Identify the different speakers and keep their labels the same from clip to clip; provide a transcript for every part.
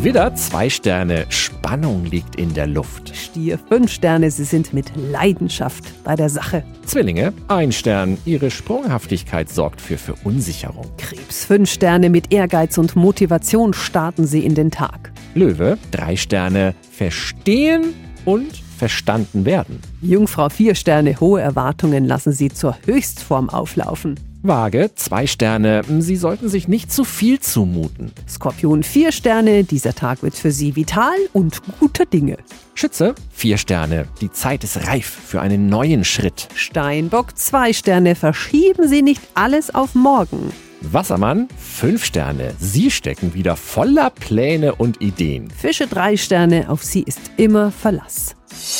Speaker 1: Widder, zwei Sterne. Spannung liegt in der Luft.
Speaker 2: Stier, fünf Sterne, Sie sind mit Leidenschaft bei der Sache.
Speaker 1: Zwillinge, ein Stern. Ihre Sprunghaftigkeit sorgt für Verunsicherung.
Speaker 2: Krebs, fünf Sterne, mit Ehrgeiz und Motivation starten Sie in den Tag.
Speaker 1: Löwe, drei Sterne. Verstehen und verstanden werden.
Speaker 2: Jungfrau, vier Sterne, hohe Erwartungen lassen Sie zur Höchstform auflaufen.
Speaker 1: Waage, zwei Sterne. Sie sollten sich nicht zu viel zumuten.
Speaker 2: Skorpion, vier Sterne, dieser Tag wird für Sie vital und guter Dinge.
Speaker 1: Schütze, vier Sterne. Die Zeit ist reif für einen neuen Schritt.
Speaker 2: Steinbock, zwei Sterne, verschieben Sie nicht alles auf morgen.
Speaker 1: Wassermann, fünf Sterne. Sie stecken wieder voller Pläne und Ideen.
Speaker 2: Fische, drei Sterne, auf Sie ist immer Verlass.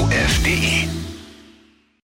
Speaker 3: radiof.de.